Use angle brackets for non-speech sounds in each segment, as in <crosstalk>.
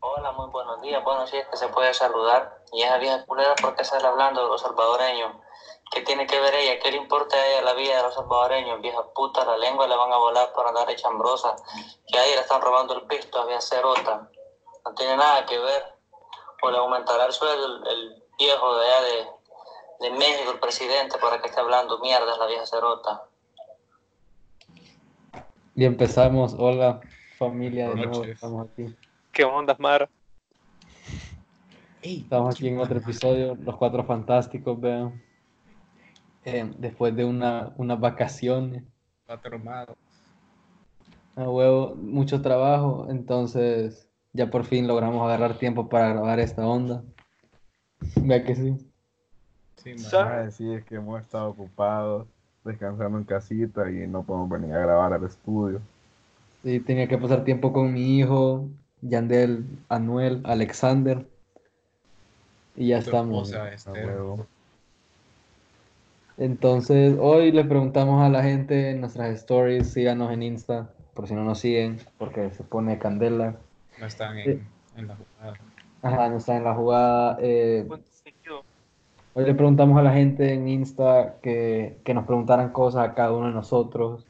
Hola, muy buenos días. Bueno, sí, es que se puede saludar. Y esa vieja culera, ¿por qué sale hablando de los salvadoreños? ¿Qué tiene que ver ella? ¿Qué le importa a ella la vida de los salvadoreños? Vieja puta, la lengua le van a volar por andar de chambrosa. Que ahí le están robando el pisto a vieja cerota. No tiene nada que ver. O le aumentará el sueldo el, el viejo de allá de, de México, el presidente, para que esté hablando mierda la vieja cerota. Y empezamos. Hola, familia de Buenas nuevo. noches. Estamos aquí. ¿Qué onda, Mar? Estamos aquí en otro episodio, Los Cuatro Fantásticos, vean. Eh, después de una, unas vacaciones, Cuatro más. a huevo, mucho trabajo, entonces ya por fin logramos agarrar tiempo para grabar esta onda. Vea que sí. Sí, Sa- man. Ah, sí, es que hemos estado ocupados, descansando en casita y no podemos venir a grabar al estudio. Sí, tenía que pasar tiempo con mi hijo, Yandel, Anuel, Alexander. Y ya Tu estamos. esposa, este, A Esther. huevo. Entonces, hoy le preguntamos a la gente en nuestras stories, síganos en Insta, por si no nos siguen, porque se pone candela. No están en, en la jugada. Ajá, no están en la jugada. eh, Buen sentido. hoy le preguntamos a la gente en Insta que, que nos preguntaran cosas a cada uno de nosotros.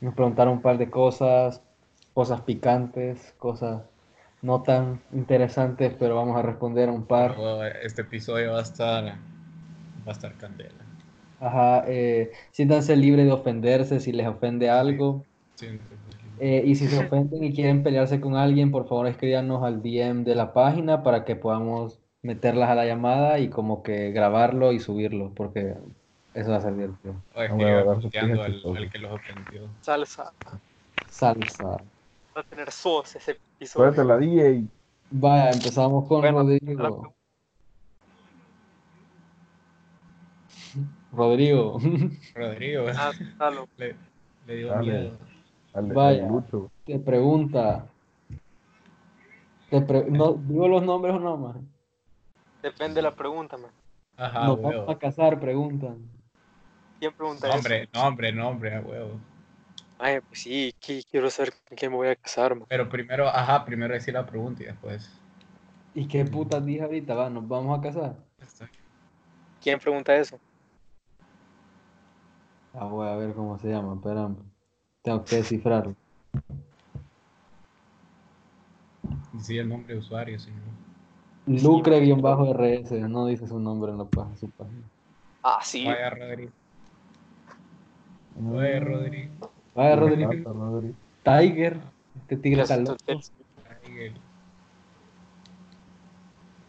Nos preguntaron un par de cosas, cosas picantes, cosas no tan interesantes, pero vamos a responder un par. Luego, Este episodio va a estar, va a estar candela. Ajá, eh, siéntanse libres de ofenderse si les ofende algo. Sí, Eh, y si se ofenden y quieren pelearse con alguien, por favor escríbanos al DM de la página para que podamos meterlas a la llamada y como que grabarlo y subirlo, porque eso va a ser divertido. O es No que voy a iba grabar sus puteando fijas, al, entonces. al que los ofendió. Salsa. Salsa. Va a tener sos ese Pues. episodio. Suéltala, DJ. Vaya, empezamos con Bueno, la Rodrigo. pregunta. Rodrigo. <laughs> Rodrigo, Ah, dalo. le, le dio Dale. miedo. Al, Vaya. al Lucho. Te pregunta. Te pre- no, ¿Digo los nombres o no, más? Depende de la pregunta, man. Ajá, Nos huevo. vamos a casar, preguntan. ¿Quién pregunta eso? Nombre, nombre, nombre, a huevo. Ay, pues sí, qui- quiero saber con quién me voy a casar, man. Pero primero, ajá, primero decir la pregunta y después. ¿Y qué putas dije ahorita? Va, nos vamos a casar. ¿Quién pregunta eso? Ah, voy a ver cómo se llama, espérame. Tengo que descifrarlo. Sí, el nombre de usuario, señor. Lucre-RS, no dice su nombre en la pá- su página. Ah, sí. Vaya, Rodrigo. Vaya, Rodrigo. Vaya, Qué Rodrigo. rata, Rodrigo. Tiger, este tigre Los está loco. totetes. Ay, el-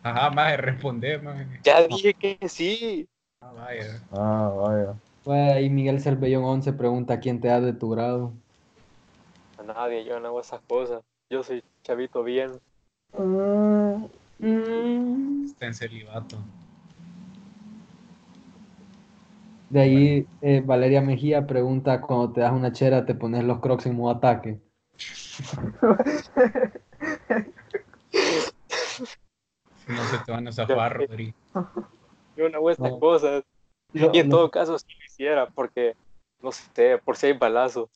Ajá, más responder, más. Ya dije que sí. Ah, vaya. Ah, vaya. Vaya, ahí Miguel Cervellón 11 pregunta quién te da de tu grado. A nadie, yo no hago esas cosas. Yo soy chavito bien. Está en celibato. De ahí eh, Valeria Mejía pregunta cuando te das una chera te pones los crocs en modo ataque. Si no se te van a zafar, Rodrigo. Yo no hago estas No. cosas. Lo- Y en lo- todo caso, si lo hiciera, porque no sé, por si hay balazos.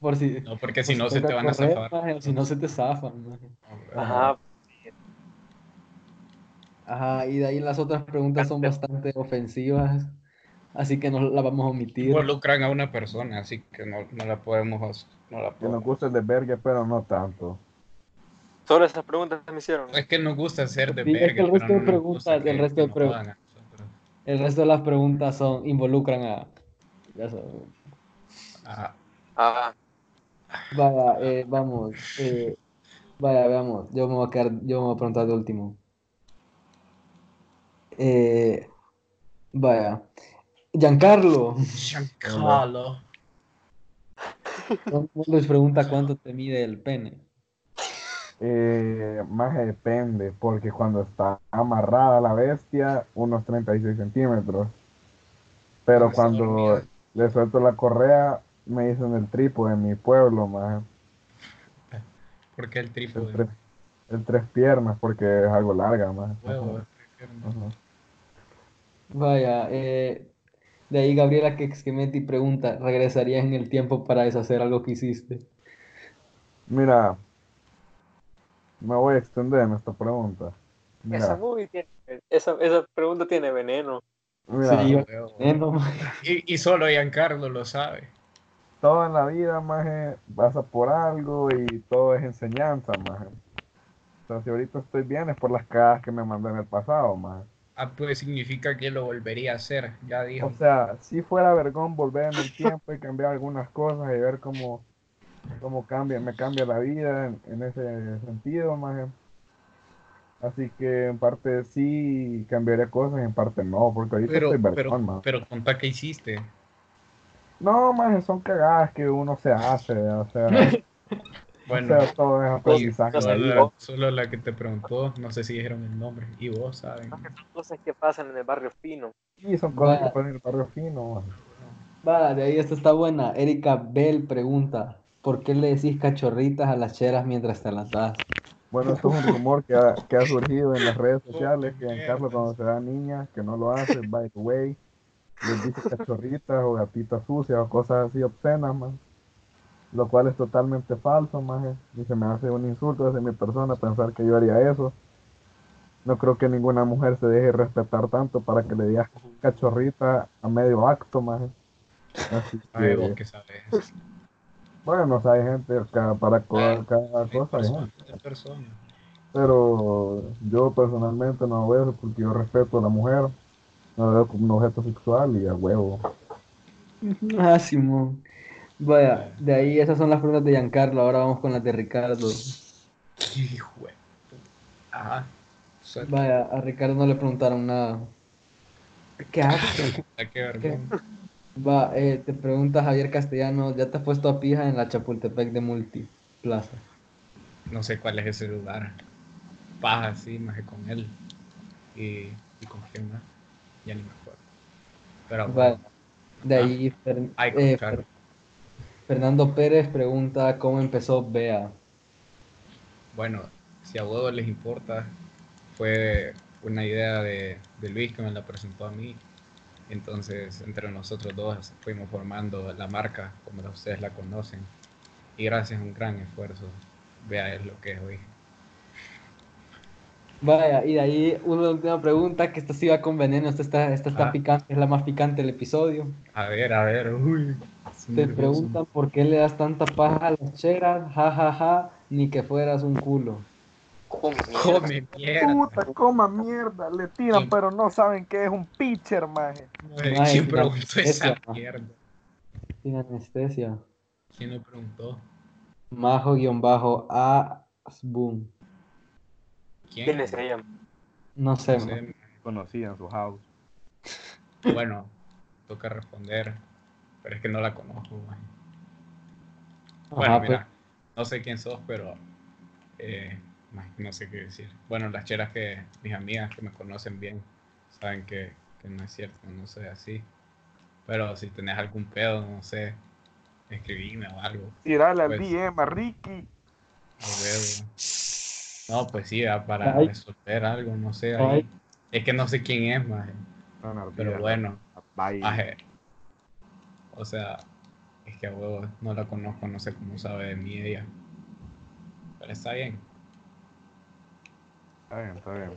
por si, No, porque si por no se te toca van a Pues correr, zafar. maje, o si no se te zafan. maje. Ajá, Ajá, y de ahí las otras preguntas son bastante ofensivas, así que no las vamos a omitir. Involucran a una persona, así que no, no la podemos. No la Que nos podemos. gusta el de verga, pero no tanto. solo esas preguntas me hicieron. Es que nos gusta hacer de Sí, es que el verga, resto de pero no nos gusta preguntas, el que- resto que de nos pregun- jodan a nosotros. El resto de las preguntas son involucran a. Ya saben. Ajá. Ah, Vaya, eh, vamos. eh, vaya, veamos. Yo me voy a quedar, yo me voy a preguntar de último. Eh, vaya. Giancarlo. <laughs> Giancarlo. Luis pregunta cuánto te mide el pene. Eh, más depende, porque cuando está amarrada la bestia, unos 36 centímetros. Pero Está cuando dormida. le suelto la correa, me dicen el trípode en mi pueblo, más Porque el el, trípode. tres, el tres piernas, porque es algo larga, más. Huevo, prefiero- Vaya, eh, de ahí Gabriela Quexquemeti pregunta, ¿regresarías en el tiempo para deshacer algo que hiciste? Mira, Me voy a extender en esta pregunta. Mira, Esa movie tiene. Esa, esa pregunta tiene veneno. mira, Sí, yo- Huevo. Eh, no, maje. Y, y solo Giancarlo lo sabe. toda en la vida, maje, pasa por algo y todo es enseñanza, maje. O sea, si ahorita estoy bien es por las cagadas que me mandé en el pasado, maje. Ah, pues significa que lo volvería a hacer, ya O dijo. sea, si fuera vergón volver en el tiempo y cambiar algunas cosas y ver cómo, cómo cambia, me cambia la vida en, en ese sentido, maje. Así que en parte sí cambiaría cosas, en parte no, porque ahorita Pero, estoy vergón, pero, maje. pero contá qué hiciste. No, maje, son cagadas que uno se hace, o sea. <laughs> Bueno, O sea, todo es aprendizaje. solo, y la, vos. solo la que te preguntó, no sé si dijeron el nombre. Y vos saben. Más que son cosas que pasan en el barrio fino. Sí, son cosas que Vaya. ponen el barrio fino. man. Va, de ahí esta está buena. Erika Bell pregunta, ¿por qué le decís cachorritas a las cheras mientras te las das? Bueno, esto es un rumor que ha, que ha surgido en las redes sociales, que en Carlos cuando se da niñas, que no lo hace, by the way, les dice cachorritas o gatitas sucias o cosas así obscenas, man. Lo cual es totalmente falso, maje. Y se me hace un insulto desde mi persona pensar que yo haría eso. No creo que ninguna mujer se deje respetar tanto para que le digas cachorrita a medio acto, maje. Así Ay, que- vos que sabes. Bueno, o sea, hay gente cada- para co- Ah, cada Hay cosa, hay personas, gente. hay personas. pero yo personalmente no hago eso porque yo respeto a la mujer, no la veo como un objeto sexual y a huevo. <laughs> Ah, Simón. Vaya, de ahí esas son las preguntas de Giancarlo, ahora vamos con las de Ricardo. Hijo de- Ajá. Suelta, Vaya, a Ricardo no le preguntaron nada. ¿Qué haces? qué vergüenza. Va, eh, te pregunta Javier Castellano, ¿ya te has puesto a pija en la Chapultepec de Multiplaza? No sé cuál es ese lugar. Paja, sí, más que con él. Y, y con quién más. Ya ni me acuerdo. Pero Vaya, bueno, de ahí Fer- hay eh, que Fer- Fernando Pérez pregunta cómo empezó Bea. Bueno, si a huevos les importa, fue una idea de, de Luis que me la presentó a mí. Entonces, entre nosotros dos fuimos formando la marca como la- ustedes la conocen. Y gracias a un gran esfuerzo, vea es lo que es hoy. Vaya, y de ahí una última pregunta, que esta sí va con veneno, esta está, esta está Ah. picante, es la más picante del episodio. A ver, a ver, uy. estoy Te nervioso. preguntan por qué le das tanta paja a las cheras, ja, ja, ja, ni que fueras un culo. Come mierda. Come mierda. coma mierda! Le tiran, Sí. pero no saben que es un pitcher, maje. Madre, Madre, ¿Quién mira, preguntó esa bestia, ma. mierda? Sin anestesia. ¿Quién lo preguntó? Majo guión bajo a boom. ¿Quién? ¿Quiénes serían? No sé, No sé. Conocían su house. Bueno, toca responder, pero es que no la conozco. man. ma. Bueno, Ajá, pues. mira, no sé quién sos, pero eh, man, no sé qué decir. Bueno, las cheras que mis amigas que me conocen bien saben que, que no es cierto, no soy así. Pero si tenés algún pedo, no sé, escribime o algo. Tirarle al Pues. DM a Ricky. A huevo. No, pues sí, ah, para Ay. resolver algo, no sé. ahí. Ay. Es que no sé quién es, maje, pero bueno, maje. O sea, es que a huevo no la conozco, no sé cómo sabe de mí ella. Pero está bien. Está bien, está bien.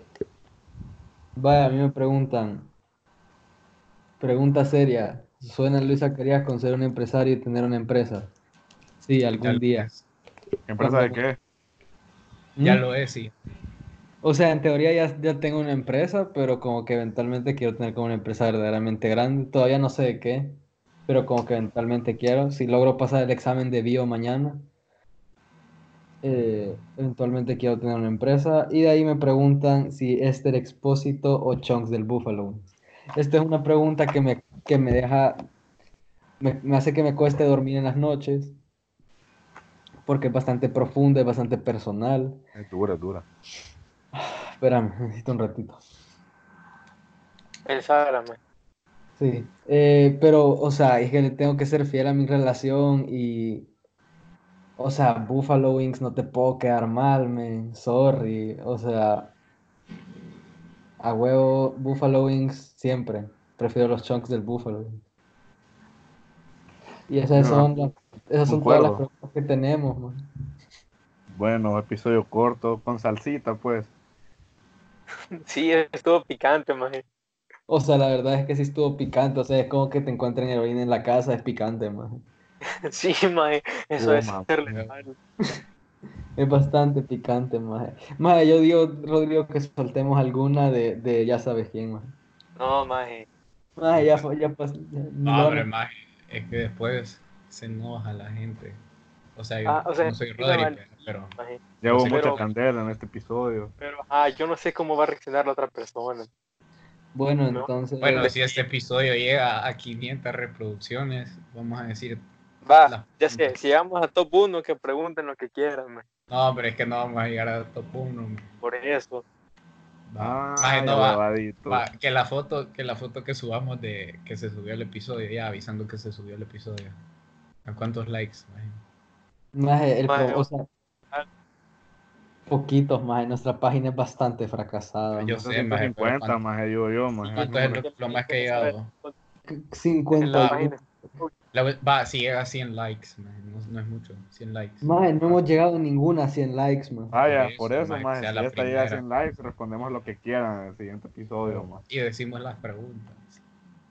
Vaya, a mí me preguntan. Pregunta seria. ¿Suena Luis Zacarías con ser un empresario y tener una empresa? Sí, Ya algún lo día. es. ¿Empresa de qué? Ya ¿Mm? lo es, sí. O sea, en teoría ya, ya tengo una empresa, pero como que eventualmente quiero tener como una empresa verdaderamente grande. Todavía no sé de qué, pero como que eventualmente quiero. Si logro pasar el examen de bio mañana, eh, eventualmente quiero tener una empresa. Y de ahí me preguntan si Esther Expósito o Chunks del Buffalo. Esta es una pregunta que me, que me deja, me, me hace que me cueste dormir en las noches, porque es bastante profunda, es bastante personal. Es dura, es dura. Espérame, <laughs> necesito un ratito. El Sárame. Sí, eh, pero, o sea, es que le tengo que ser fiel a mi relación y, o sea, Buffalo Wings no te puedo quedar mal, man, sorry, o sea, a huevo Buffalo Wings siempre, prefiero los chunks del Buffalo Wings. Y esas No, son las- esas son todas las concuerdo. preguntas que tenemos, man. Bueno, episodio corto, con salsita, pues. Sí, estuvo picante, maje. <laughs> O sea, la verdad es que sí estuvo picante. O sea, es como que te encuentren heroína en la casa, es picante, maje. Sí, maje. Eso Oh, es ma- ser letal. Es bastante picante, maje. Maje, yo digo, Rodrigo, que soltemos alguna de, de ya sabes quién, maje. No, maje. Maje, ya, fue- ya pasó. ya- No, no, Ah, pero más es que después se enoja la gente. O sea, yo Ah, o sea, no soy no Rodri, vale. pero maje. Ya hubo Sí, mucha pero- candela en este episodio. Pero ah, yo no sé cómo va a reaccionar la otra persona. Bueno, No. entonces. bueno, si este episodio llega a 500 reproducciones, vamos a decir, Va, No. ya sé, si llegamos a top 1, que pregunten lo que quieran, maje. no, pero es que no vamos a llegar a top 1. Por eso. Ah, Ay, no, va- huevadito. Va, que la foto, que la foto que subamos de que se subió el episodio, ya avisando que se subió el episodio. ¿A cuántos likes? maje? Maje, el Maje, pro- o sea, poquitos, maje. Nuestra página es bastante fracasada. Yo maje. sé, maje, pero 150 ¿cuánto- más yo, yo, más. ¿Cuánto es lo, lo más que ha llegado? En la 50. página. La- va, si llega a 100 likes, maje, no, no es mucho, 100 likes. Maje, no hemos llegado a ninguna a 100 likes, maje. Ah, ya, Por por eso, eso, maje, más. Si sea la esta llega a primera. 100 likes, respondemos lo que quieran en el siguiente episodio, más. Y decimos las preguntas.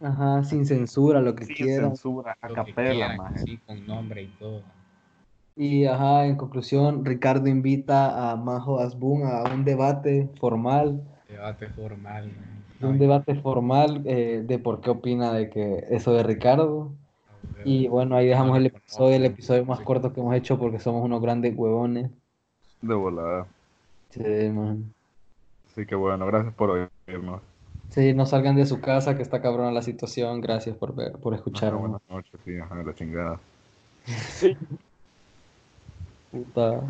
Ajá, sin censura, lo que Sin quieran. censura, a lo que capela, quieran, más. Sí, con nombre y todo. Y ajá, en conclusión, Ricardo invita a Majo Asbun a un debate formal, Debate formal. maje. un No, debate formal eh, de por qué opina de que eso de Ricardo. no, Y no, bueno, ahí dejamos no el lo episodio, el conozco. episodio más Sí. corto que hemos hecho porque somos unos grandes huevones. De volada. Sí, man. Así que bueno, gracias por oírnos. Sí, no salgan de su casa, que está cabrona la situación. Gracias por ver, por Ajá, escucharnos. Buenas noches, sí, ajá, la chingada. Sí. Puta.